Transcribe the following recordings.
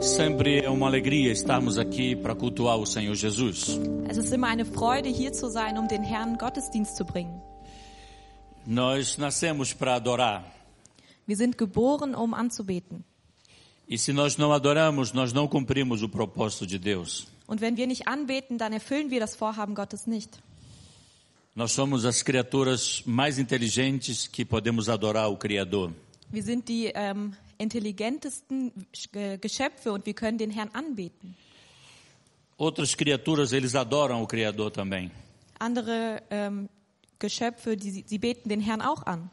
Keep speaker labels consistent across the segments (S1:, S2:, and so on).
S1: Sempre é uma alegria estarmos aqui para cultuar o Senhor Jesus.
S2: Es ist immer eine Freude, hier zu sein, um den Herrn Gottesdienst zu bringen.
S1: Nós nascemos para adorar.
S2: Wir sind geboren, um anzubeten.
S1: E se nós não adoramos, nós não cumprimos o propósito de Deus.
S2: Und wenn wir nicht anbeten, dann erfüllen wir das Vorhaben Gottes nicht.
S1: Nós somos as criaturas mais inteligentes que podemos adorar o Criador.
S2: Wir sind die ähm, intelligentesten Sch- Geschöpfe und wir können den Herrn anbeten.
S1: Outras criaturas, eles adoram o Criador também.
S2: Andere ähm, Geschöpfe, die, sie beten den Herrn auch an.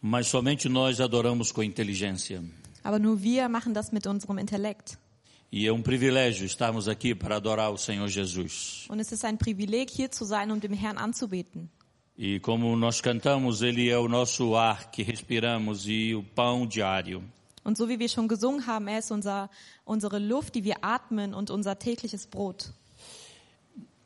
S1: Mas somente nós adoramos com inteligência.
S2: Aber nur wir machen das mit unserem Intellekt.
S1: E é um privilégio estarmos aqui para adorar o Senhor Jesus.
S2: Und es ist ein Privileg, hier zu sein, um dem Herrn anzubeten.
S1: E como nós cantamos, ele é o nosso ar que respiramos e o pão diário.
S2: Und so wie wir schon gesungen haben, er ist unser, unsere Luft, die wir atmen und unser tägliches Brot.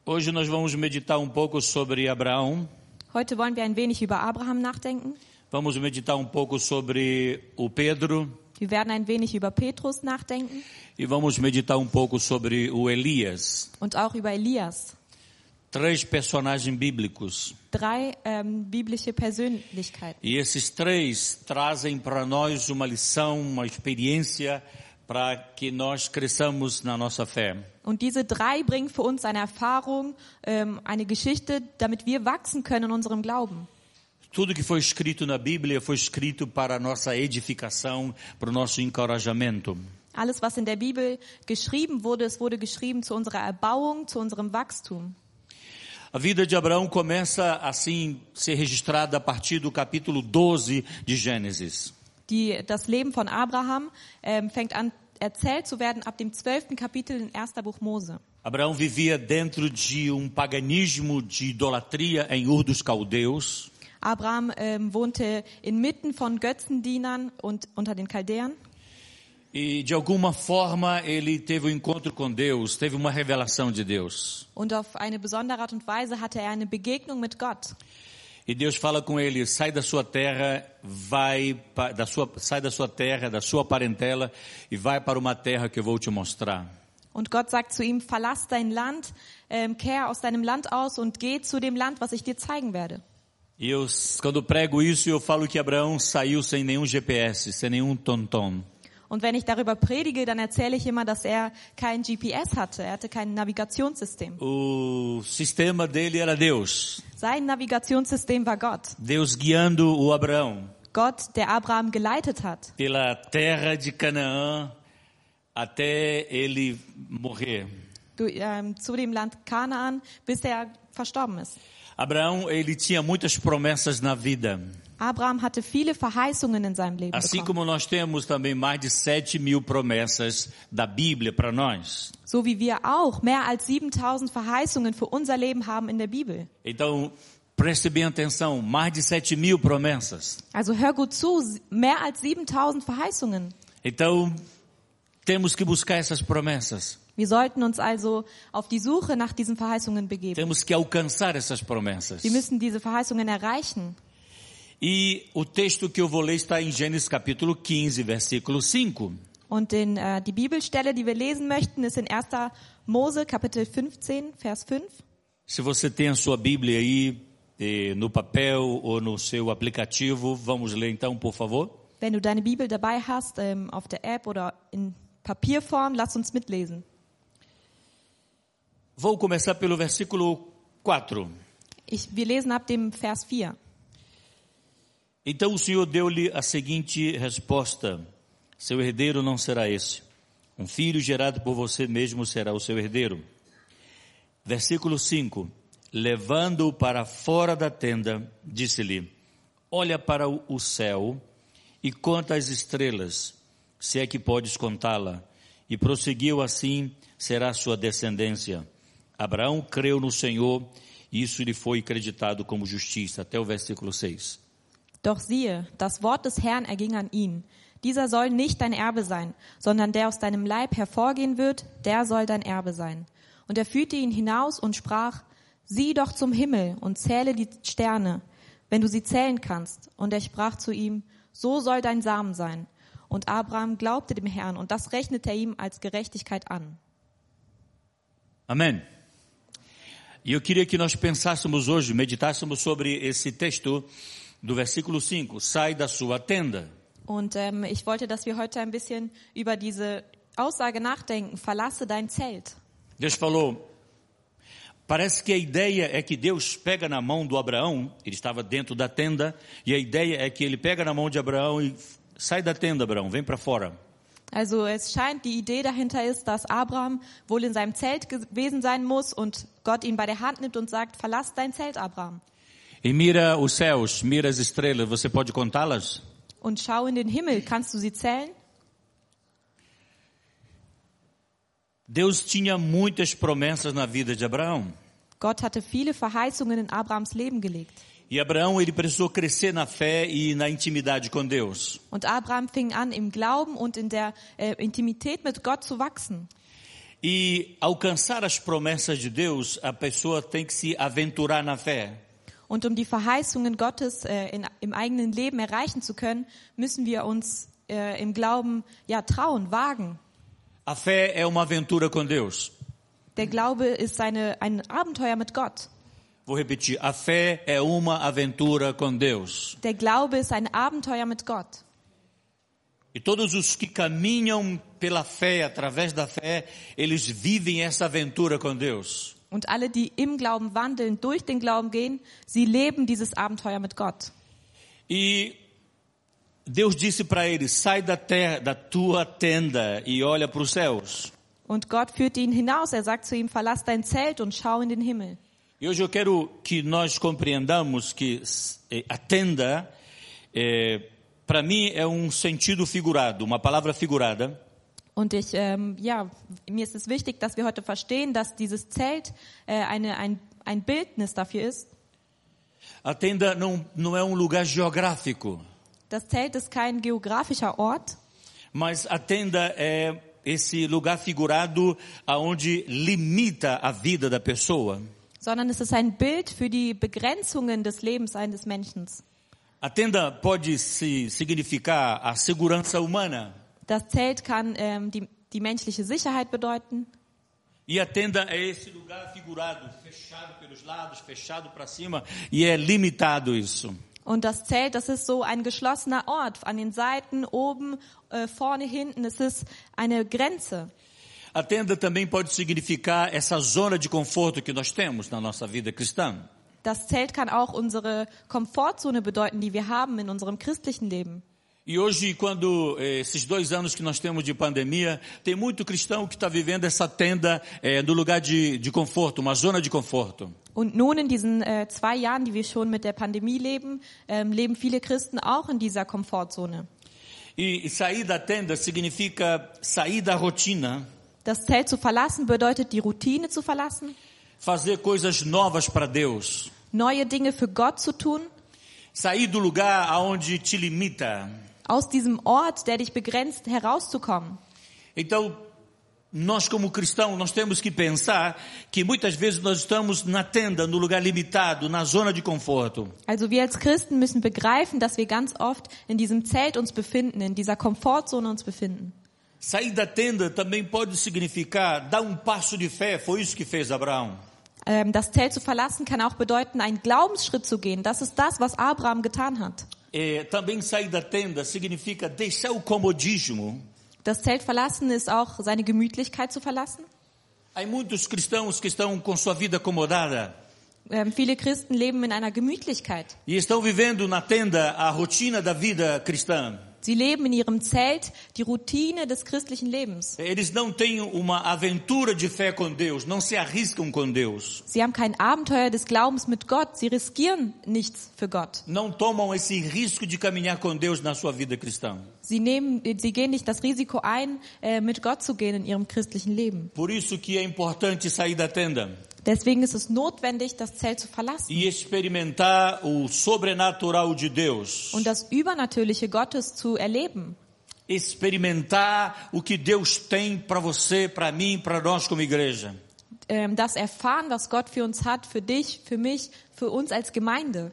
S1: Hoje nós vamos meditar um pouco sobre Abraão,
S2: Heute wollen wir ein wenig über Abraham nachdenken.
S1: vamos meditar um pouco sobre o Pedro
S2: Wir werden ein wenig über Petrus nachdenken
S1: e vamos meditar um pouco sobre o Elias.
S2: und auch über Elias.
S1: Três personagens bíblicos.
S2: Drei ähm, biblische Persönlichkeiten.
S1: E esses três trazem para nós uma lição, uma experiência para que nós cresçamos na nossa fé.
S2: Und diese drei bringen für uns eine Erfahrung, ähm, eine Geschichte, damit wir wachsen können in unserem Glauben.
S1: Tudo que foi escrito na Bíblia foi escrito para a nossa edificação, para o nosso encorajamento.
S2: Alles, was in der Bibel geschrieben wurde, es wurde geschrieben zu unserer Erbauung, zu unserem Wachstum.
S1: A vida de Abraão começa assim ser registrada a partir do capítulo 12 de Gênesis.
S2: Die, das Leben von Abraham ähm, fängt an erzählt zu werden ab dem zwölften Kapitel in 1. Buch Mose.
S1: Abraão vivia dentro de um paganismo de idolatria em Ur dos Caldeus.
S2: Abraham ähm, wohnte inmitten von Götzendienern und unter den Chaldäern.
S1: E de alguma forma ele teve um encontro com Deus, teve uma revelação de Deus.
S2: Und auf eine besondere Art und Weise hatte er eine Begegnung mit Gott.
S1: E Deus fala com ele: sai da sua terra, vai pa- da sua, sai da sua terra, da sua parentela e vai para uma terra que eu vou te mostrar.
S2: Und Gott sagt zu ihm, verlass dein Land, ähm, kehr aus deinem Land aus und geh zu dem Land, was ich dir zeigen werde.
S1: E eu, s- quando prego isso, eu falo que Abraão saiu sem nenhum GPS, sem nenhum tonton.
S2: Und wenn ich darüber predige, dann erzähle ich immer, dass er kein GPS hatte. Er hatte kein Navigationssystem.
S1: O sistema dele era Deus.
S2: Sein Navigationssystem war Gott.
S1: Deus guiando o Abraão
S2: Gott, der Abraham geleitet hat,
S1: pela terra de Canaã até ele morrer.
S2: du- ähm, zu dem Land Kanaan, bis er verstorben ist.
S1: Abraão, ele tinha muitas promessas na vida.
S2: Abraham hatte viele Verheißungen in seinem Leben
S1: Assim
S2: bekommen.
S1: como nós temos também mais de 7 mil promessas da Bíblia para nós.
S2: So wie wir auch mehr als 7000 Verheißungen für unser Leben haben in der Bibel.
S1: Então, preste bem atenção, mais de 7 mil promessas.
S2: Also hör gut zu, s- mehr als 7000 Verheißungen.
S1: Então, temos que buscar essas promessas.
S2: Wir sollten uns also auf die Suche nach diesen Verheißungen begeben.
S1: Temos que alcançar essas promessas.
S2: Wir müssen diese Verheißungen erreichen.
S1: E o texto que eu vou ler está em Gênesis capítulo 15, versículo 5.
S2: Und den, äh, die Bibelstelle, die wir lesen möchten, ist in 1. Mose Kapitel 15, Vers 5.
S1: Se você tem a sua Bíblia aí eh, no papel ou no seu aplicativo, vamos ler então, por favor.
S2: Wenn du deine Bibel dabei hast, ähm, auf der App oder in Papierform, lass uns mitlesen.
S1: Vou começar pelo versículo 4.
S2: Ich, wir lesen ab dem Vers 4.
S1: Então o Senhor deu-lhe a seguinte resposta: Seu herdeiro não será esse. Um filho gerado por você mesmo será o seu herdeiro. Versículo 5: Levando-o para fora da tenda, disse-lhe: Olha para o o céu e conta as estrelas, se é que podes contá-la. E prosseguiu assim: será sua descendência. Abraão creu no Senhor, e isso lhe foi creditado como justiça. Até o versículo 6.
S2: Doch siehe, das Wort des Herrn erging an ihn. Dieser soll nicht dein Erbe sein, sondern der aus deinem Leib hervorgehen wird, der soll dein Erbe sein. Und er führte ihn hinaus und sprach, sieh doch zum Himmel und zähle die Sterne, wenn du sie zählen kannst. Und er sprach zu ihm, so soll dein Samen sein. Und Abraham glaubte dem Herrn und das rechnete er ihm als Gerechtigkeit an.
S1: Amém. E eu queria que nós pensássemos hoje, meditássemos sobre esse texto do versículo 5. Sai da sua tenda.
S2: Und ähm, ich wollte, dass wir heute ein bisschen über diese Aussage nachdenken. Verlasse dein Zelt.
S1: Deus falou. Parece que a ideia é que Deus pega na mão do Abraão, ele estava dentro da tenda, e a ideia é que ele pega na mão de Abraão e sai da tenda, Abraão, vem para fora.
S2: Also es scheint, die Idee dahinter ist, dass Abraham wohl in seinem Zelt gewesen sein muss und Gott ihn bei der Hand nimmt und sagt, verlass dein Zelt, Abraham.
S1: E mira os céus, mira as estrelas, você pode contá-las?
S2: Und schau in den Himmel, kannst du sie zählen?
S1: Deus tinha muitas promessas na vida de Abraão.
S2: Gott hatte viele Verheißungen in Abrahams Leben gelegt.
S1: E Abraão ele precisou crescer na fé e na intimidade com Deus.
S2: Und Abraham fing an, im Glauben und in der äh, Intimität mit Gott zu wachsen.
S1: E alcançar as promessas de Deus, a pessoa tem que se aventurar na fé.
S2: Und um die Verheißungen Gottes äh, in, im eigenen Leben erreichen zu können, müssen wir uns äh, im Glauben ja trauen, wagen.
S1: A fé é uma aventura com Deus.
S2: Der Glaube ist eine, ein Abenteuer mit Gott.
S1: Vou repetir, a fé é uma aventura com Deus.
S2: Der Glaube ist ein Abenteuer mit Gott.
S1: E todos os que caminham pela fé, através da fé, eles vivem essa aventura com Deus.
S2: Und alle, die im Glauben wandeln, durch den Glauben gehen, sie leben dieses Abenteuer mit Gott.
S1: E Deus disse para ele: sai da terra, da tua tenda e olha para os céus.
S2: Und Gott führt ihn hinaus. Er sagt zu ihm, verlass dein Zelt und schau in den Himmel.
S1: E hoje eu quero que nós compreendamos que s- eh, a tenda, para mim, é um sentido figurado, uma palavra figurada,
S2: Und ich, ähm, ja, mir ist es wichtig, dass wir heute verstehen, dass dieses Zelt äh, eine, ein, ein Bildnis dafür ist.
S1: A tenda não, não é um lugar geográfico,
S2: Das Zelt ist kein geografischer Ort,
S1: mas a tenda é esse lugar figurado aonde limita a vida da pessoa.
S2: sondern es ist ein Bild für die Begrenzungen des Lebens eines Menschen.
S1: A tenda pode se significar a segurança humana
S2: Das Zelt kann ähm, die, die menschliche Sicherheit bedeuten.
S1: e a tenda é esse lugar figurado, fechado pelos lados, fechado para cima e é limitado isso.
S2: Und das Zelt, das ist so ein geschlossener Ort an den Seiten, oben, äh, vorne, hinten. Es ist eine Grenze.
S1: A tenda também pode significar essa zona de conforto que nós temos na nossa vida cristã.
S2: Das Zelt kann auch unsere Komfortzone bedeuten, die wir haben in unserem christlichen Leben.
S1: E hoje, quando eh, esses dois anos que nós temos de pandemia, tem muito cristão que está vivendo essa tenda eh, no lugar de, de conforto, uma zona de conforto.
S2: Und nun in diesen äh, zwei Jahren, die wir schon mit der Pandemie leben, ähm, leben viele Christen auch in dieser Komfortzone.
S1: E, e sair da tenda significa sair da rotina,
S2: Das Zelt zu verlassen bedeutet, die Routine zu verlassen,
S1: fazer coisas novas para Deus,
S2: neue Dinge für Gott zu tun,
S1: sair do lugar aonde te limita.
S2: aus diesem Ort, der dich begrenzt, herauszukommen.
S1: Então, nós como cristão, nós temos que pensar que muitas vezes nós estamos na tenda, no lugar limitado, na zona de conforto.
S2: Also wir als Christen müssen begreifen, dass wir ganz oft in diesem Zelt uns befinden, in dieser Komfortzone uns befinden.
S1: Sair da tenda também pode significar dar um passo de fé, foi isso que fez Abraão.
S2: Ähm, das Zelt zu verlassen kann auch bedeuten, einen Glaubensschritt zu gehen. Das ist das, was Abraham getan hat.
S1: É, também sair da tenda significa deixar o comodismo.
S2: Das Zelt verlassen ist auch, seine Gemütlichkeit zu verlassen.
S1: Há muitos cristãos que estão com sua vida acomodada
S2: Ähm, viele Christen leben in einer Gemütlichkeit.
S1: e estão vivendo na tenda a rotina da vida cristã.
S2: Sie leben in ihrem Zelt die Routine des christlichen Lebens.
S1: Eles não têm uma aventura de fé com Deus, não se arriscam com Deus,
S2: Sie haben kein Abenteuer des Glaubens mit Gott. Sie riskieren nichts für Gott.
S1: não tomam esse risco de caminhar com Deus na sua vida cristã.
S2: Sie nehmen, sie gehen nicht das Risiko ein, äh, mit Gott zu gehen in ihrem christlichen Leben.
S1: Por isso que é importante sair da tenda.
S2: Deswegen ist es notwendig, das Zelt zu verlassen
S1: e experimentar o sobrenatural de Deus,
S2: und das Übernatürliche Gottes zu erleben.
S1: experimentar o que Deus tem para você, para mim, para nós como igreja.
S2: Ähm, das erfahren, was Gott für uns hat, für dich, für mich, für uns als Gemeinde.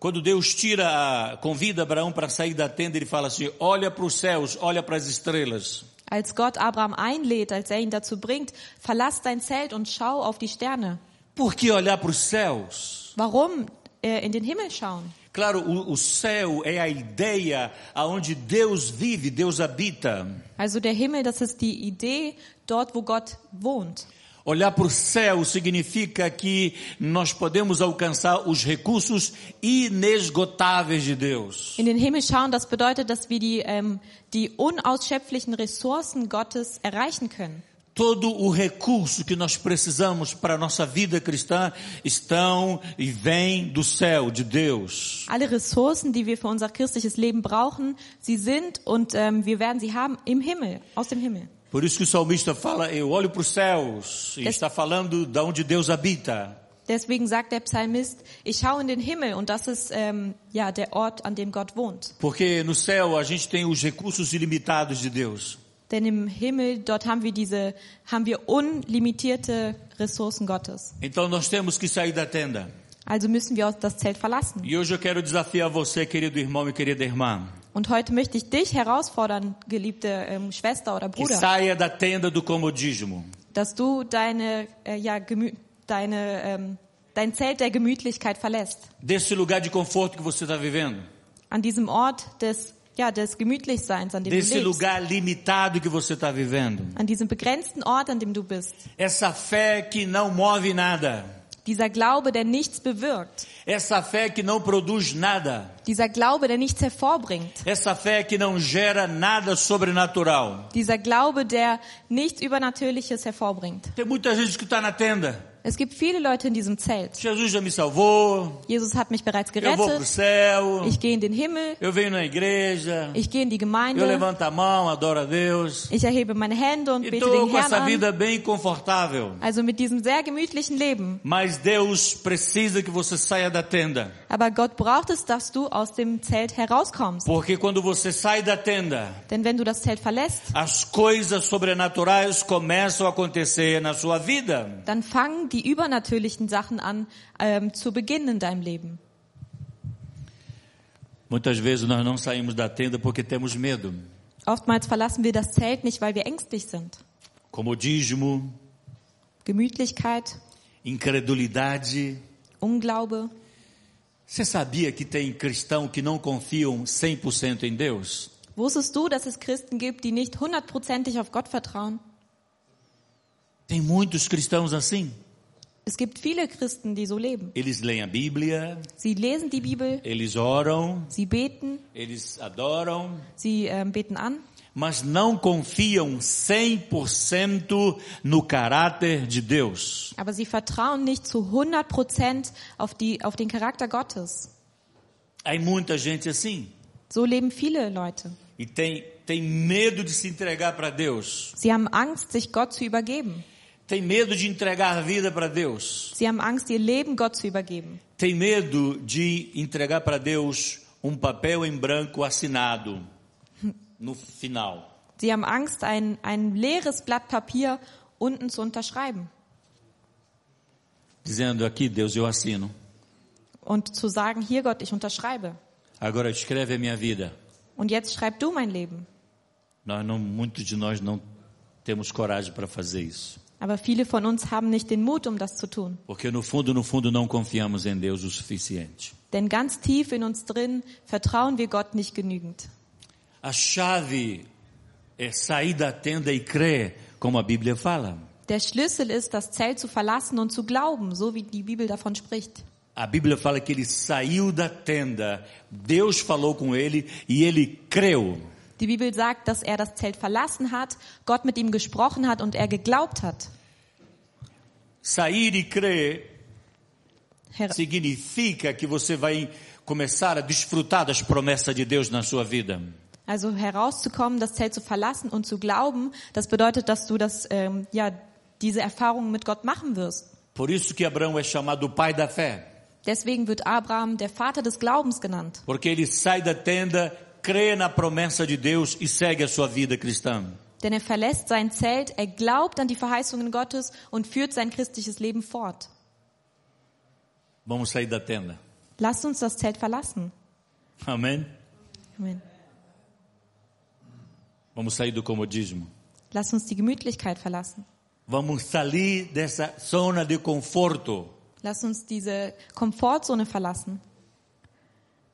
S1: Quando Deus tira, a- convida Abraão para sair da tenda, ele fala assim: olha para os céus, olha para as estrelas.
S2: Als Gott Abraham einlädt, als er ihn dazu bringt, verlass dein Zelt und schau auf die Sterne.
S1: Por que olhar para os céus?
S2: Warum äh, in den Himmel schauen?
S1: Claro, o, o céu é a ideia aonde Deus vive, Deus habita.
S2: Also der Himmel, das ist die Idee dort, wo Gott wohnt.
S1: Olhar para o céu significa que nós podemos alcançar os recursos inesgotáveis de Deus.
S2: In den Himmel schauen, das bedeutet, dass wir die, ähm, die unausschöpflichen Ressourcen Gottes erreichen können.
S1: Todo o recurso que nós precisamos para a nossa vida cristã estão e vem do céu, de Deus.
S2: Alle Ressourcen, die wir für unser christliches Leben brauchen, sie sind und ähm, wir werden sie haben im Himmel, aus dem Himmel.
S1: Por isso que o salmista fala, eu olho para os céus, e
S2: Des-
S1: está falando da onde Deus habita.
S2: Deswegen sagt der Psalmist, ich schaue in den Himmel und das ist ähm, ja der Ort, an dem Gott wohnt.
S1: Porque no céu a gente tem os recursos ilimitados de Deus.
S2: Denn im Himmel, dort haben wir diese, haben wir unlimitierte Ressourcen Gottes.
S1: Então nós temos que sair da tenda.
S2: Also müssen wir aus- das Zelt verlassen.
S1: E hoje eu quero desafiar você, querido irmão e querida irmã,
S2: Und heute möchte ich dich herausfordern, geliebte ähm, Schwester oder
S1: que
S2: Bruder,
S1: saia da tenda do comodismo.
S2: dass du deine, äh, ja, gemü deine, ähm, dein Zelt der Gemütlichkeit verlässt.
S1: Desse lugar de conforto que você está vivendo.
S2: An diesem Ort des, ja, des Gemütlichseins, an dem
S1: Desse
S2: du lebst.
S1: lugar limitado que você está vivendo.
S2: An diesem begrenzten Ort, an dem du bist.
S1: Essa fé que não move nada.
S2: Dieser Glaube, der nichts bewirkt.
S1: Essa fé que não produz nada.
S2: Dieser Glaube, der nichts hervorbringt.
S1: Essa fé que não gera nada sobrenatural.
S2: Dieser Glaube, der nichts Übernatürliches hervorbringt.
S1: Tem muita gente que está na tenda.
S2: Es gibt viele Leute in diesem Zelt.
S1: Jesus já me salvou,
S2: Jesus hat mich bereits
S1: eu vou pro
S2: gerettet.
S1: céu,
S2: Ich gehe in den Himmel.
S1: eu venho na igreja,
S2: Ich gehe in die
S1: eu
S2: Gemeinde.
S1: levanto a mão, adoro a Deus.
S2: Ich erhebe meine Hände und
S1: E
S2: bete
S1: estou
S2: den
S1: com
S2: Herrn
S1: essa
S2: an.
S1: vida bem confortável.
S2: Also mit diesem sehr gemütlichen Leben.
S1: Mas Deus precisa que você saia da tenda.
S2: Aber Gott braucht es, dass du aus dem Zelt herauskommst.
S1: Porque quando você sai da tenda,
S2: Denn wenn du das Zelt verlässt,
S1: as coisas sobrenaturais começam a acontecer na sua vida.
S2: dann fangen die übernatürlichen Sachen an ähm, zu beginnen in deinem Leben.
S1: Muitas vezes nós não saímos da tenda porque temos medo.
S2: Oftmals verlassen wir das Zelt nicht, weil wir ängstlich sind.
S1: Comodismo,
S2: Gemütlichkeit,
S1: incredulidade,
S2: Unglaube.
S1: Você sabia que tem cristão que não confiam 100% em Deus?
S2: Wusstest du, dass es Christen gibt, die nicht hundertprozentig auf Gott vertrauen?
S1: Tem muitos cristãos assim.
S2: Es gibt viele Christen, die so leben.
S1: Eles leem a Bíblia,
S2: Sie lesen die Bibel,
S1: eles oram,
S2: sie beten,
S1: eles adoram,
S2: sie ähm, beten an,
S1: mas não confiam 100% no caráter de Deus.
S2: aber sie vertrauen nicht zu 100 Prozent auf, die, auf den Charakter Gottes.
S1: Aí muita gente assim
S2: So leben viele Leute.
S1: e tem tem medo de se entregar para Deus.
S2: Sie haben Angst, sich Gott zu übergeben.
S1: Tem medo de entregar a vida para Deus.
S2: Sie haben Angst, ihr Leben Gott zu übergeben.
S1: Tem medo de entregar para Deus um papel em branco assinado no final.
S2: Sie haben Angst, ein, ein leeres Blatt Papier unten zu unterschreiben
S1: dizendo aqui, Deus, eu assino.
S2: und zu sagen, hier Gott, ich unterschreibe.
S1: Agora escreve a minha vida.
S2: Und jetzt schreib du mein Leben.
S1: Nós não, muitos de nós não temos coragem para fazer isso,
S2: Aber viele von uns haben nicht den Mut, um das zu tun.
S1: porque no fundo, no fundo, não confiamos em Deus o suficiente.
S2: Denn ganz tief in uns drin vertrauen wir Gott nicht genügend.
S1: A chave é sair da tenda e crer, como a Bíblia fala.
S2: Der Schlüssel ist, das Zelt zu verlassen und zu glauben, so wie die Bibel davon spricht.
S1: A Bíblia fala que ele saiu da tenda, Deus falou com ele e ele creu.
S2: Die Bibel sagt, dass er das Zelt verlassen hat, Gott mit ihm gesprochen hat und er geglaubt hat.
S1: Sair e crer
S2: Her
S1: significa que você vai começar a desfrutar das promessas de Deus na sua vida.
S2: also herauszukommen, das Zelt zu verlassen und zu glauben, das bedeutet, dass du das, ähm, ja, diese Erfahrung mit Gott machen wirst.
S1: Por isso que Abraão é chamado o pai da fé,
S2: Deswegen wird Abraham der Vater des Glaubens genannt.
S1: porque ele sai da tenda, crê na promessa de Deus e segue a sua vida cristã.
S2: Denn er verlässt sein Zelt, er glaubt an die Verheißungen Gottes und führt sein christliches Leben fort.
S1: Vamos sair da tenda.
S2: Lasst uns das Zelt verlassen.
S1: Amém?
S2: Amen.
S1: Vamos sair do comodismo.
S2: Lasst uns die Gemütlichkeit verlassen.
S1: Vamos sair dessa zona de conforto
S2: Lasst uns diese Komfortzone verlassen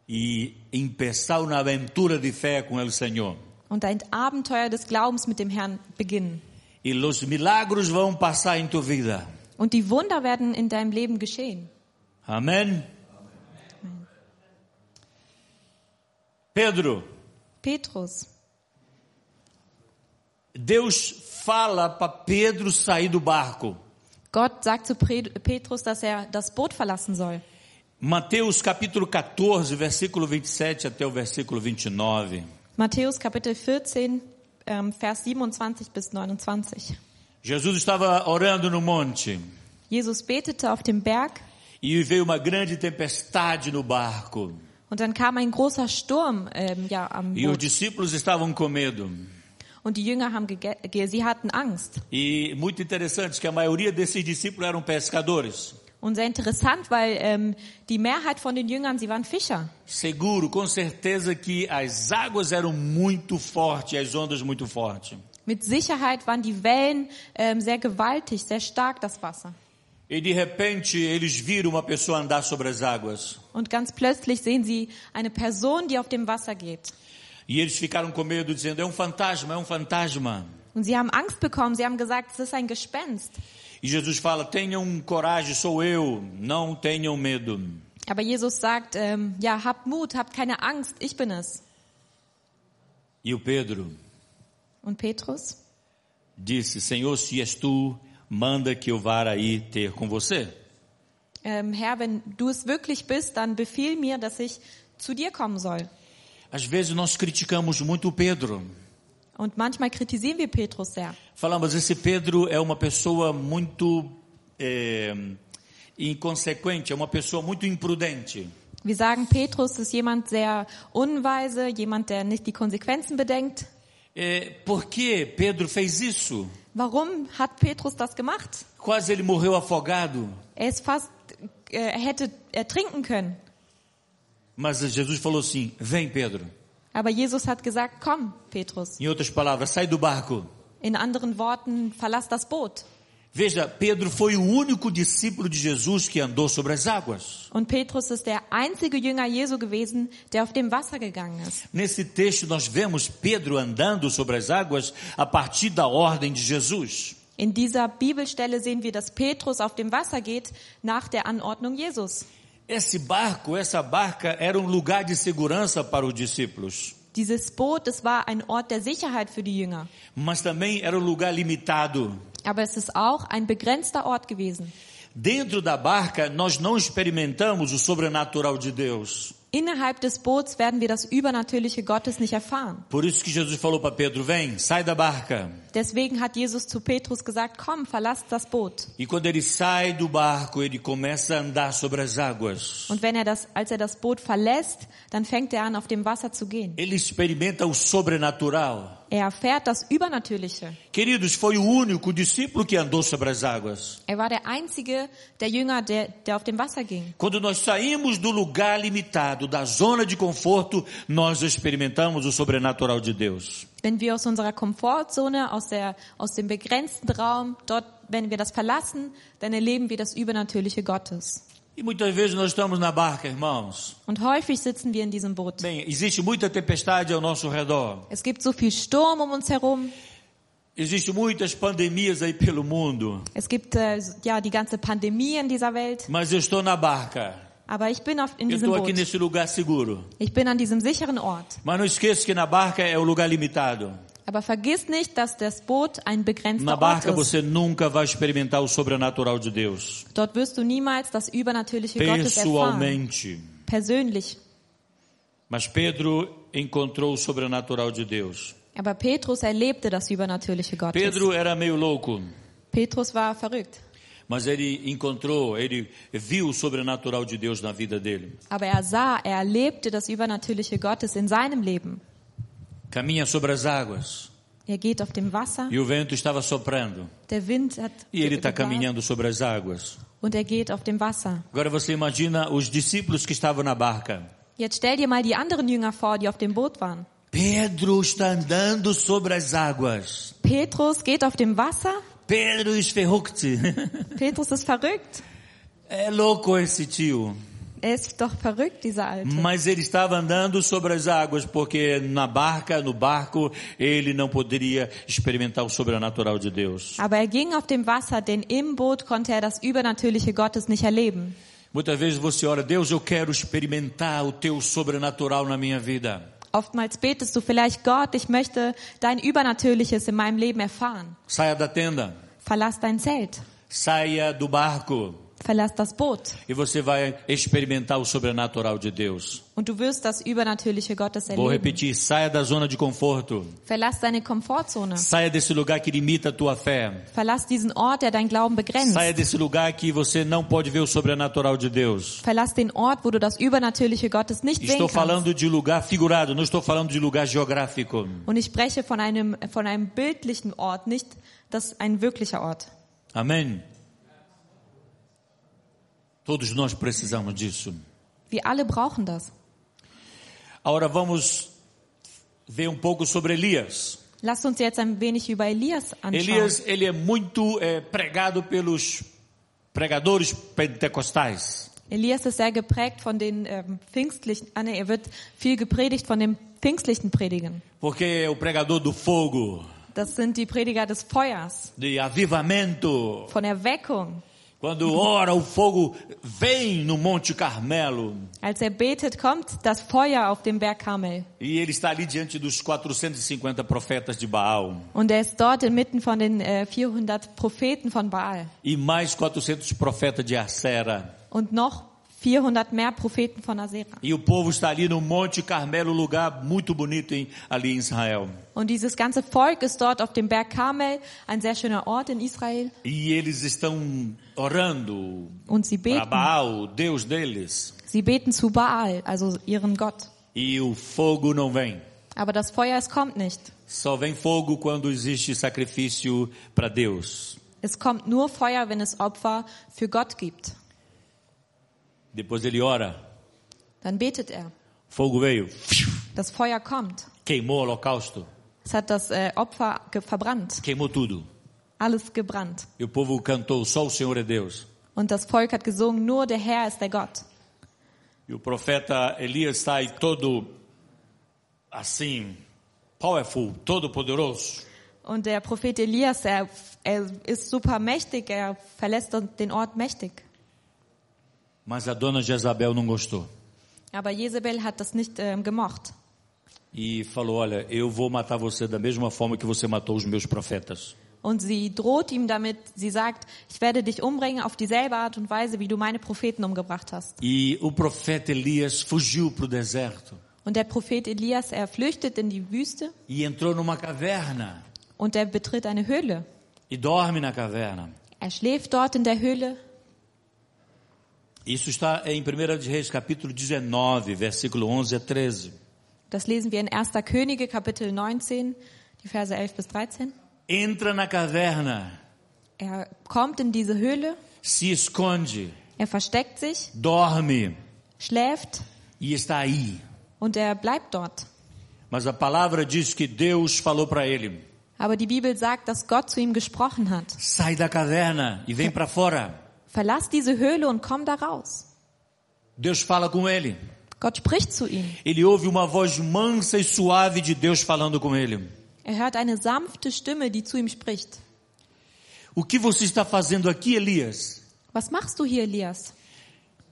S1: e empezar uma aventura de fé com o Senhor.
S2: und ein Abenteuer des Glaubens mit dem Herrn beginnen.
S1: E os milagres vão passar em tua vida.
S2: Und die Wunder werden in deinem Leben geschehen.
S1: Amém? Pedro,
S2: Petrus,
S1: Deus fala para Pedro sair do barco.
S2: Gott sagt zu Pre- Petrus, dass er das Boot verlassen soll.
S1: Mateus capítulo 14, versículo 27 até o versículo 29.
S2: Matthäus Kapitel 14, ähm, Vers 27 bis 29.
S1: Jesus estava orando no monte
S2: Jesus betete auf dem Berg
S1: e veio uma grande tempestade no barco.
S2: und dann kam ein großer Sturm ähm, ja, am
S1: E os
S2: Boot.
S1: discípulos estavam com medo.
S2: Und die Jünger haben gege- ge- sie hatten Angst.
S1: E muito interessante que a maioria desses discípulos eram pescadores.
S2: Und sehr interessant, weil ähm, die Mehrheit von den Jüngern, sie waren Fischer.
S1: Seguro, com certeza que as águas eram muito fortes, as ondas muito fortes.
S2: Mit Sicherheit waren die Wellen ähm, sehr gewaltig, sehr stark das Wasser.
S1: E de repente eles viram uma pessoa andar sobre as águas.
S2: Und ganz plötzlich sehen sie eine Person, die auf dem Wasser geht.
S1: E eles ficaram com medo, dizendo: é um fantasma, é um fantasma.
S2: Und sie haben Angst bekommen. Sie haben gesagt, es ist ein Gespenst.
S1: E Jesus fala: tenham coragem, sou eu, não tenham medo.
S2: Aber Jesus sagt, ähm, ja, habt Mut, habt keine Angst, ich bin es.
S1: E o Pedro
S2: Und Petrus?
S1: disse: Senhor, se és tu, manda que eu vá aí ter com você.
S2: Ähm, Herr, wenn du es wirklich bist, dann befiehl mir, dass ich zu dir kommen soll.
S1: Às vezes nós criticamos muito o Pedro.
S2: Und manchmal kritisieren wir Petrus sehr.
S1: Falamos, esse Pedro é uma pessoa muito eh, inconsequente, é uma pessoa muito imprudente.
S2: Wir sagen, Petrus ist jemand sehr unweise, jemand, der nicht die Konsequenzen bedenkt.
S1: Eh, por que Pedro fez isso?
S2: Warum hat Petrus das gemacht?
S1: Quase ele morreu afogado.
S2: Er ist fast, äh, er hätte ertrinken können.
S1: Mas Jesus falou assim: Vem, Pedro.
S2: Aber Jesus hat gesagt, komm, Petrus.
S1: Em outras palavras, sai do barco.
S2: In anderen Worten, verlass das Boot.
S1: Veja, Pedro foi o único discípulo de Jesus que andou sobre as águas.
S2: Und Petrus ist der einzige Jünger Jesu gewesen, der auf dem Wasser gegangen ist.
S1: Nesse texto nós vemos Pedro andando sobre as águas a partir da ordem de Jesus.
S2: In dieser Bibelstelle sehen wir, dass Petrus auf dem Wasser geht nach der Anordnung Jesus.
S1: Esse barco, essa barca era um lugar de segurança para os discípulos,
S2: Dieses Boot, es war ein Ort der Sicherheit für die Jünger.
S1: mas também era um lugar limitado.
S2: Aber es ist auch ein begrenzter Ort gewesen.
S1: Dentro da barca nós não experimentamos o sobrenatural de Deus.
S2: Innerhalb des Boots werden wir das Übernatürliche Gottes nicht erfahren.
S1: Por isso que Jesus falou para Pedro: "Vem, sai da barca".
S2: Deswegen hat Jesus zu Petrus gesagt, komm, verlass das Boot.
S1: E quando ele sai do barco, ele começa a andar sobre as águas.
S2: Und wenn er das, als er das Boot verlässt, dann fängt er an, auf dem Wasser zu gehen.
S1: Ele experimenta o sobrenatural.
S2: Er erfährt das Übernatürliche.
S1: Queridos, foi o único discípulo que andou sobre as águas.
S2: Er war der einzige der Jünger, der, der auf dem Wasser ging.
S1: Quando nós saímos do lugar limitado, da zona de conforto, nós experimentamos o sobrenatural de Deus.
S2: Wenn wir aus unserer Komfortzone, aus, der, aus dem begrenzten Raum, dort, wenn wir das verlassen, dann erleben wir das Übernatürliche Gottes.
S1: E muitas vezes nós estamos na barca, irmãos.
S2: Und häufig sitzen wir in diesem Boot.
S1: Bem, existe muita tempestade ao nosso redor.
S2: Es gibt so viel Sturm um uns herum.
S1: Existem muitas pandemias aí pelo mundo.
S2: Es gibt äh, ja die ganze Pandemie in dieser Welt.
S1: Mas eu estou na barca.
S2: Aber ich bin auf, in
S1: Eu
S2: diesem
S1: estou aqui
S2: Boot.
S1: nesse lugar seguro.
S2: Ich bin an diesem sicheren Ort.
S1: Mas não esqueça que na barca é o lugar limitado.
S2: Aber vergiss nicht, dass das Boot ein
S1: Na
S2: begrenzter Ort
S1: barca
S2: ist.
S1: você nunca vai experimentar o sobrenatural de Deus.
S2: Dort wirst du niemals das Übernatürliche Gottes erfahren.
S1: Pessoalmente.
S2: Persönlich.
S1: Mas Pedro encontrou o sobrenatural de Deus.
S2: Aber Petrus erlebte das Übernatürliche Gottes.
S1: Pedro era meio louco,
S2: Petrus war verrückt,
S1: mas ele encontrou, ele viu o sobrenatural de Deus na vida dele.
S2: aber er sah, er erlebte das Übernatürliche Gottes in seinem Leben.
S1: Caminha sobre as águas
S2: Er geht auf dem Wasser,
S1: e o vento estava soprando
S2: der Wind hat
S1: e ele está
S2: geweht
S1: caminhando sobre as águas.
S2: und er geht auf dem Wasser.
S1: Agora você imagina os discípulos que estavam na barca.
S2: Jetzt stell dir mal die anderen Jünger vor, die auf dem Boot waren.
S1: Pedro está andando sobre as águas.
S2: Petrus geht auf dem Wasser.
S1: Pedro esferructe.
S2: Petrus ist verrückt.
S1: É louco esse tio.
S2: Er ist doch verrückt, dieser Alte.
S1: Mas ele estava andando sobre as águas porque na barca, no barco, ele não poderia experimentar o sobrenatural de Deus.
S2: Aber er ging auf dem Wasser, denn im Boot konnte er das Übernatürliche Gottes nicht erleben.
S1: Muitas vezes você ora, Deus, eu quero experimentar o teu sobrenatural na minha vida.
S2: Oftmals betest du vielleicht, Gott, ich möchte dein Übernatürliches in meinem Leben erfahren.
S1: Saia da tenda,
S2: Verlass dein Zelt,
S1: saia do barco
S2: verlass das Boot
S1: e você vai experimentar o sobrenatural de Deus.
S2: und du wirst das Übernatürliche Gottes
S1: Vou
S2: erleben.
S1: repetir, saia da zona de conforto,
S2: Verlass deine Komfortzone.
S1: saia desse lugar que limita a tua fé.
S2: Verlass diesen Ort, der deinen Glauben begrenzt.
S1: Saia desse lugar que você não pode ver o sobrenatural de Deus.
S2: Verlass den Ort, wo du das Übernatürliche Gottes nicht sehen
S1: Estou
S2: kannst.
S1: falando de lugar figurado, não estou falando de lugar geográfico.
S2: Und ich spreche von einem, von einem bildlichen Ort, nicht das ein wirklicher Ort.
S1: Amém? Todos nós precisamos disso.
S2: Wir alle brauchen das.
S1: Agora vamos ver um pouco sobre Elias.
S2: Lasst uns jetzt ein wenig über Elias anschauen.
S1: Elias, ele é muito eh, pregado pelos pregadores pentecostais.
S2: Elias ist sehr geprägt von den ähm, pfingstlichen, ah, nee, er wird viel gepredigt von den pfingstlichen Predigen.
S1: Porque é o pregador do fogo,
S2: Das sind die Prediger des Feuers,
S1: de avivamento.
S2: von Erweckung.
S1: Quando ora, o fogo vem no Monte Carmelo.
S2: Als er betet, kommt das Feuer auf dem Berg Karmel.
S1: E ele está ali diante dos 450 profetas de Baal.
S2: Und er ist dort inmitten von den äh, 400 Propheten von Baal.
S1: e mais 400 profetas de Arcera.
S2: Und noch 400 mehr Propheten von Asera.
S1: E o povo está ali no Monte Carmelo, lugar muito bonito em, ali em Israel.
S2: Und dieses ganze Volk ist dort auf dem Berg Karmel, ein sehr schöner Ort in Israel.
S1: E eles estão orando
S2: Und sie
S1: para
S2: beten.
S1: Baal, o Deus deles.
S2: Sie beten zu Baal, also ihren Gott.
S1: E o fogo não vem.
S2: Aber das Feuer, es kommt nicht.
S1: Só vem fogo quando existe sacrifício para Deus.
S2: Es kommt nur Feuer, wenn es Opfer für Gott gibt.
S1: Depois ele ora,
S2: Dann betet er.
S1: fogo veio,
S2: Das Feuer kommt.
S1: queimou o holocausto,
S2: Es hat das äh, Opfer ge- verbrannt,
S1: queimou tudo.
S2: alles gebrannt.
S1: E o povo cantou, só o Senhor é Deus.
S2: Und das Volk hat gesungen, nur der Herr ist der Gott.
S1: E o profeta Elias sai todo assim, powerful, todo poderoso.
S2: Und der Prophet Elias, er, er ist super mächtig, er verlässt den Ort mächtig.
S1: Mas a dona Jezabel não gostou.
S2: Aber Jezebel hat das nicht ähm, gemocht.
S1: E falou: Olha, eu vou matar você da mesma forma que você matou os meus profetas.
S2: Und sie droht ihm damit, sie sagt, ich werde dich umbringen auf dieselbe Art und Weise, wie du meine Propheten umgebracht hast.
S1: E o profeta Elias fugiu para o deserto
S2: Und der Prophet Elias, er flüchtet in die Wüste
S1: e entrou numa caverna
S2: und er betritt eine Höhle.
S1: e dorme na caverna.
S2: Er schläft dort in der Höhle.
S1: Isso está em 1 de Reis, capítulo 19, versículo 11 a 13.
S2: Das lesen wir in 1. Könige, Kapitel 19, die Verse 11 bis 13.
S1: Entra na caverna,
S2: Er kommt in diese Höhle,
S1: se esconde,
S2: er versteckt sich,
S1: dorme
S2: schläft
S1: e está aí.
S2: und er bleibt dort.
S1: Mas a palavra diz que Deus falou para ele:
S2: Aber die Bibel sagt, dass Gott zu ihm gesprochen hat.
S1: sai da caverna e vem para fora.
S2: Verlass diese Höhle und komm da raus.
S1: Deus fala com ele.
S2: Gott spricht zu ihm.
S1: Ele ouve uma voz mansa e suave de Deus falando com ele.
S2: Er hört eine sanfte Stimme, die zu ihm spricht.
S1: O que você está fazendo aqui, Elias?
S2: Was machst du hier, Elias?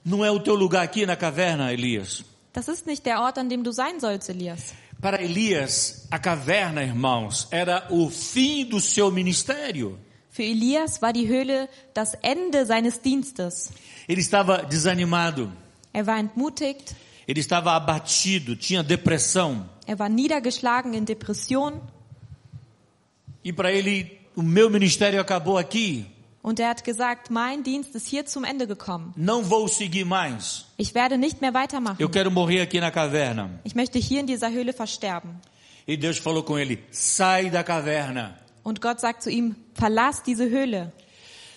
S1: Não é o teu lugar aqui na caverna, Elias.
S2: Das ist nicht der Ort, an dem du sein sollst, Elias.
S1: Para Elias, a caverna, irmãos, era o fim do seu ministério.
S2: Für Elias war die Höhle das Ende seines Dienstes.
S1: Ele estava desanimado,
S2: Er war entmutigt,
S1: ele estava abatido, tinha depressão.
S2: er war niedergeschlagen in Depression
S1: E para ele, o meu ministério acabou aqui,
S2: und er hat gesagt, mein Dienst ist hier zum Ende gekommen.
S1: não vou seguir mais.
S2: Ich werde nicht mehr
S1: Eu
S2: weitermachen.
S1: quero morrer aqui na caverna.
S2: Ich möchte hier in dieser Höhle versterben.
S1: E Deus falou com ele: sai da caverna.
S2: Und Gott sagt zu ihm, verlass diese Höhle.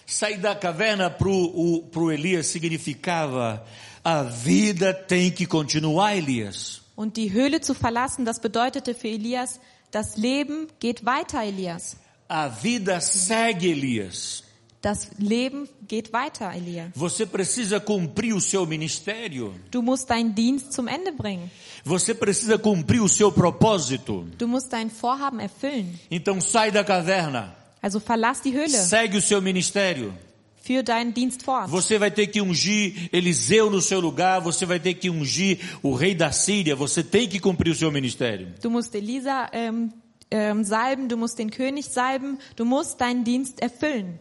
S1: Sair da caverna para o pro Elias significava: a vida tem que continuar, Elias.
S2: Und die Höhle zu verlassen, das bedeutete für Elias, das Leben geht weiter, Elias.
S1: A vida segue, Elias.
S2: Das Leben geht weiter, Elias.
S1: Você precisa cumprir o seu ministério.
S2: Du musst deinen Dienst zum Ende bringen.
S1: Você precisa cumprir o seu propósito.
S2: Du musst dein Vorhaben erfüllen.
S1: Então sai da caverna.
S2: Also verlass die Höhle.
S1: Segue o seu ministério.
S2: Führ deinen Dienst fort.
S1: Você vai ter que ungir Eliseu no seu lugar, você vai ter que ungir o rei da Síria, você tem que cumprir o seu ministério.
S2: Du musst Elisa ähm, ähm, salben, du musst den König salben, du musst deinen Dienst erfüllen.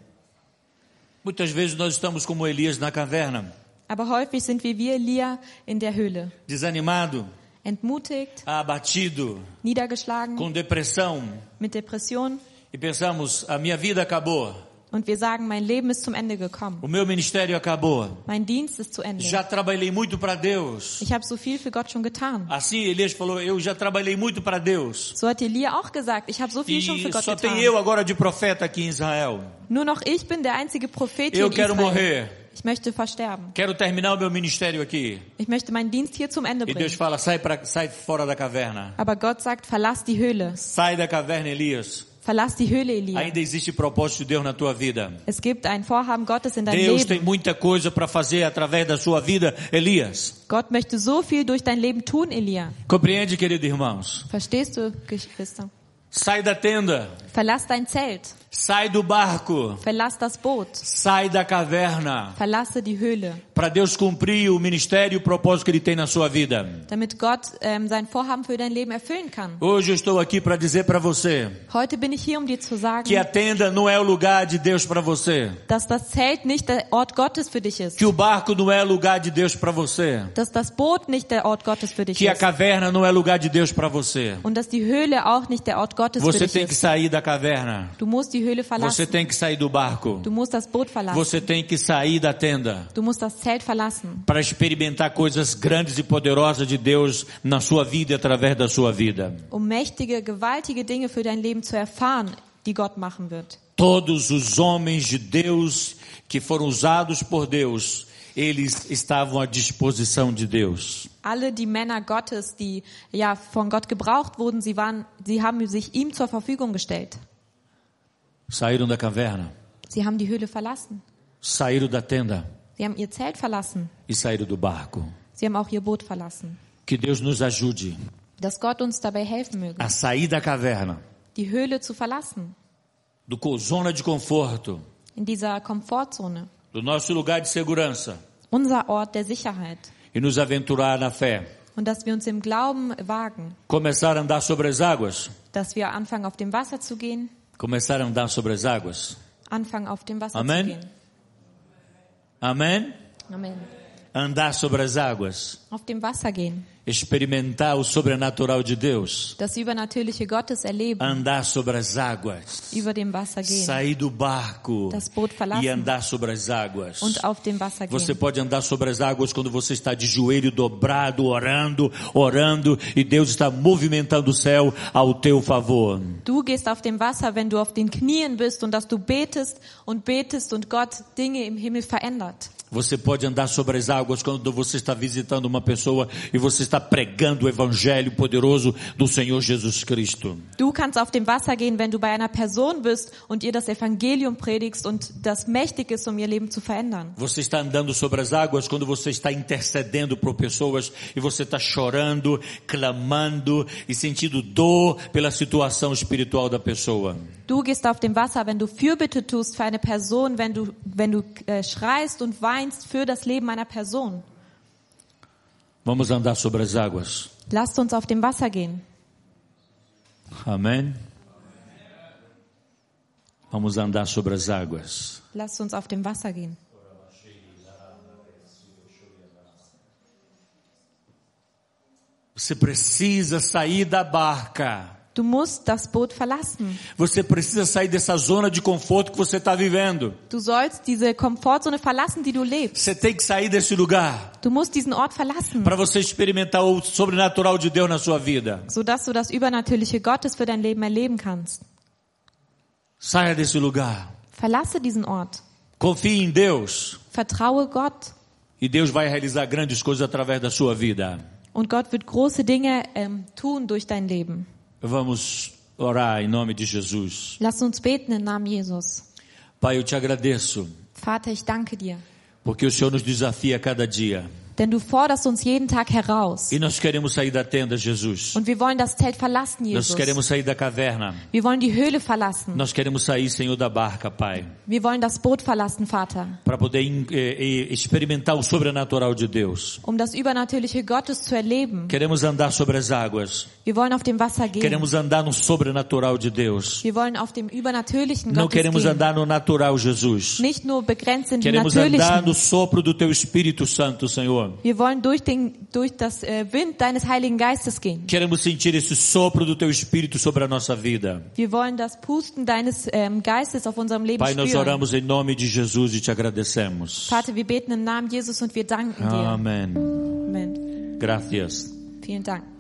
S1: Muitas vezes nós estamos como Elias na caverna,
S2: Aber häufig sind wir wie Elia in der Höhle.
S1: desanimado,
S2: Entmutigt,
S1: abatido,
S2: niedergeschlagen,
S1: com depressão
S2: mit Depression.
S1: e pensamos: a minha vida acabou,
S2: Und wir sagen, mein Leben ist zum Ende gekommen.
S1: o meu ministério acabou.
S2: Mein Dienst ist zu Ende.
S1: Já trabalhei muito para Deus.
S2: Ich habe so viel für Gott schon getan.
S1: Assim Elias falou: eu já trabalhei muito para Deus.
S2: So hat Elia auch gesagt, ich habe so viel schon für
S1: E
S2: Gott
S1: só tem
S2: getan.
S1: eu agora de profeta aqui em Israel.
S2: Nur noch ich bin der einzige Prophet hier
S1: Eu
S2: in
S1: quero
S2: Israel.
S1: morrer.
S2: Ich möchte versterben.
S1: Quero terminar o meu ministério aqui.
S2: Ich möchte meinen Dienst hier zum
S1: E
S2: Ende
S1: Deus
S2: bringen.
S1: fala: sai, pra, sai fora da caverna.
S2: Aber Gott sagt, verlass die Höhle.
S1: Sai da caverna, Elias.
S2: Verlass die Höhle, Elia.
S1: Ainda existe propósito de Deus na tua vida.
S2: Es gibt ein Vorhaben Gottes in deinem
S1: Deus tem
S2: Leben.
S1: muita coisa para fazer através da sua vida, Elias.
S2: Gott möchte so viel durch dein Leben tun, Elia.
S1: Compreende, querido irmãos?
S2: Verstehst du, Geschwister?
S1: Sai da tenda,
S2: Verlass dein Zelt.
S1: sai do barco,
S2: Verlass das Boot.
S1: sai da caverna,
S2: Verlasse die Höhle.
S1: para Deus cumprir o ministério e o propósito que Ele tem na sua vida.
S2: Damit Gott ähm, sein Vorhaben für dein Leben erfüllen kann.
S1: Hoje eu estou aqui para dizer para você
S2: Heute bin ich hier, um dir zu sagen,
S1: que a tenda não é o lugar de Deus para você,
S2: dass das Zelt nicht der Ort Gottes für dich ist.
S1: que o barco não é lugar de Deus para você,
S2: Dass das Boot nicht der Ort Gottes für dich
S1: que a
S2: ist.
S1: caverna não é lugar de Deus para você.
S2: Und dass die Höhle auch nicht der Ort Gottes für
S1: Você
S2: dich
S1: tem que
S2: ist.
S1: sair da caverna,
S2: Du musst die Höhle
S1: você
S2: verlassen.
S1: tem que sair do barco,
S2: Du musst das Boot verlassen.
S1: você tem que sair da tenda.
S2: Du musst das Zelt verlassen,
S1: para experimentar coisas grandes e poderosas de Deus na sua vida e através da sua vida.
S2: um mächtige, gewaltige Dinge für dein Leben zu erfahren, die Gott machen wird.
S1: Todos os homens de Deus que foram usados por Deus, eles estavam à disposição de Deus.
S2: Alle die Männer Gottes, die ja von Gott gebraucht wurden, sie waren, sie haben sich ihm zur Verfügung gestellt.
S1: Saíram da caverna,
S2: Sie haben die Höhle verlassen.
S1: saíram da tenda
S2: Sie haben ihr Zelt verlassen.
S1: e saíram do barco.
S2: Sie haben auch ihr Boot verlassen.
S1: Que Deus nos ajude
S2: Dass Gott uns dabei helfen möge,
S1: a sair da caverna,
S2: die Höhle zu verlassen,
S1: do co- zona de conforto,
S2: in dieser Komfortzone,
S1: do nosso lugar de segurança
S2: unser Ort der Sicherheit.
S1: e nos aventurar na fé.
S2: Und dass wir uns im Glauben wagen,
S1: Começar a andar sobre as águas,
S2: dass wir anfangen, auf dem Wasser zu gehen,
S1: começar a andar sobre as águas.
S2: anfangen, auf dem Wasser
S1: Amen.
S2: zu gehen.
S1: Amém?
S2: Amen.
S1: andar sobre as águas,
S2: Auf dem Wasser gehen,
S1: experimentar o sobrenatural de Deus,
S2: das Übernatürliche Gottes erleben,
S1: andar sobre as águas,
S2: über dem Wasser gehen
S1: sair do barco
S2: Das Boot verlassen.
S1: e andar sobre as águas.
S2: und auf dem Wasser
S1: Você
S2: gehen.
S1: pode andar sobre as águas quando você está de joelho dobrado, orando, orando, e Deus está movimentando o céu ao teu favor.
S2: Du gehst auf dem Wasser, wenn du auf den Knien bist und dass du betest und betest und Gott Dinge im Himmel verändert.
S1: Você pode andar sobre as águas quando você está visitando uma pessoa e você está pregando o evangelho poderoso do Senhor Jesus Cristo.
S2: Du kannst auf dem Wasser gehen, wenn du bei einer Person bist und ihr das Evangelium predigst und das mächtig ist, um ihr Leben zu verändern.
S1: Você está andando sobre as águas quando você está intercedendo por pessoas e você está chorando, clamando e sentindo dor pela situação espiritual da pessoa.
S2: Du gehst auf dem Wasser, wenn du Fürbitte tust für eine Person, wenn du, wenn du äh, schreist und weinst für das Leben einer Person.
S1: Vamos andar sobre as águas.
S2: Lasst uns auf dem Wasser gehen.
S1: Amém? Vamos andar sobre as águas.
S2: Lasst uns auf dem Wasser gehen.
S1: Você precisa sair da barca.
S2: Du musst das Boot verlassen.
S1: Você precisa sair dessa zona de conforto que você está vivendo.
S2: Du sollst diese Komfortzone verlassen, die du lebst.
S1: Você tem que sair desse lugar
S2: Du musst diesen Ort verlassen,
S1: para você experimentar o sobrenatural de Deus na sua vida.
S2: sodass du das Übernatürliche Gottes für dein Leben erleben kannst.
S1: Saia desse lugar.
S2: Verlasse diesen Ort.
S1: Confie em Deus
S2: Vertraue Gott
S1: e Deus vai realizar grandes coisas através da sua vida.
S2: und Gott wird große Dinge ähm, tun durch dein Leben.
S1: Vamos orar em nome de Jesus.
S2: Lass uns beten im Namen Jesus.
S1: Pai, eu te agradeço
S2: Vater, ich danke dir,
S1: porque o Senhor nos desafia a cada dia
S2: denn du forderst uns jeden Tag heraus.
S1: e nós queremos sair da tenda, Jesus.
S2: Und wir wollen das Zelt verlassen,
S1: Nós
S2: Jesus.
S1: queremos sair da caverna.
S2: Wir wollen die Höhle verlassen.
S1: Nós queremos sair, Senhor, da barca, Pai,
S2: Wir wollen das Boot verlassen, Vater,
S1: para poder em- eh, eh, experimentar o sobrenatural de Deus.
S2: um das Übernatürliche Gottes zu erleben.
S1: Queremos andar sobre as águas.
S2: Wir wollen auf dem Wasser gehen.
S1: Queremos andar no sobrenatural de Deus.
S2: Wir wollen auf dem Übernatürlichen
S1: Não
S2: Gottes
S1: queremos
S2: gehen.
S1: andar no natural, Jesus.
S2: Nicht nur begrenzt in dem
S1: Queremos andar
S2: Natürlichen.
S1: no sopro do Teu Espírito Santo, Senhor.
S2: Wir wollen durch, den, durch das äh, Wind deines Heiligen Geistes gehen.
S1: Queremos sentir esse sopro do Teu Espírito sobre a nossa vida.
S2: Wir wollen das Pusten deines ähm, Geistes auf unserem Leben
S1: Pai, nós
S2: spüren.
S1: oramos em nome de Jesus e te agradecemos.
S2: Vater, wir beten im Namen Jesus und wir danken dir.
S1: Amém.
S2: Amen.
S1: Gracias.
S2: Vielen Dank.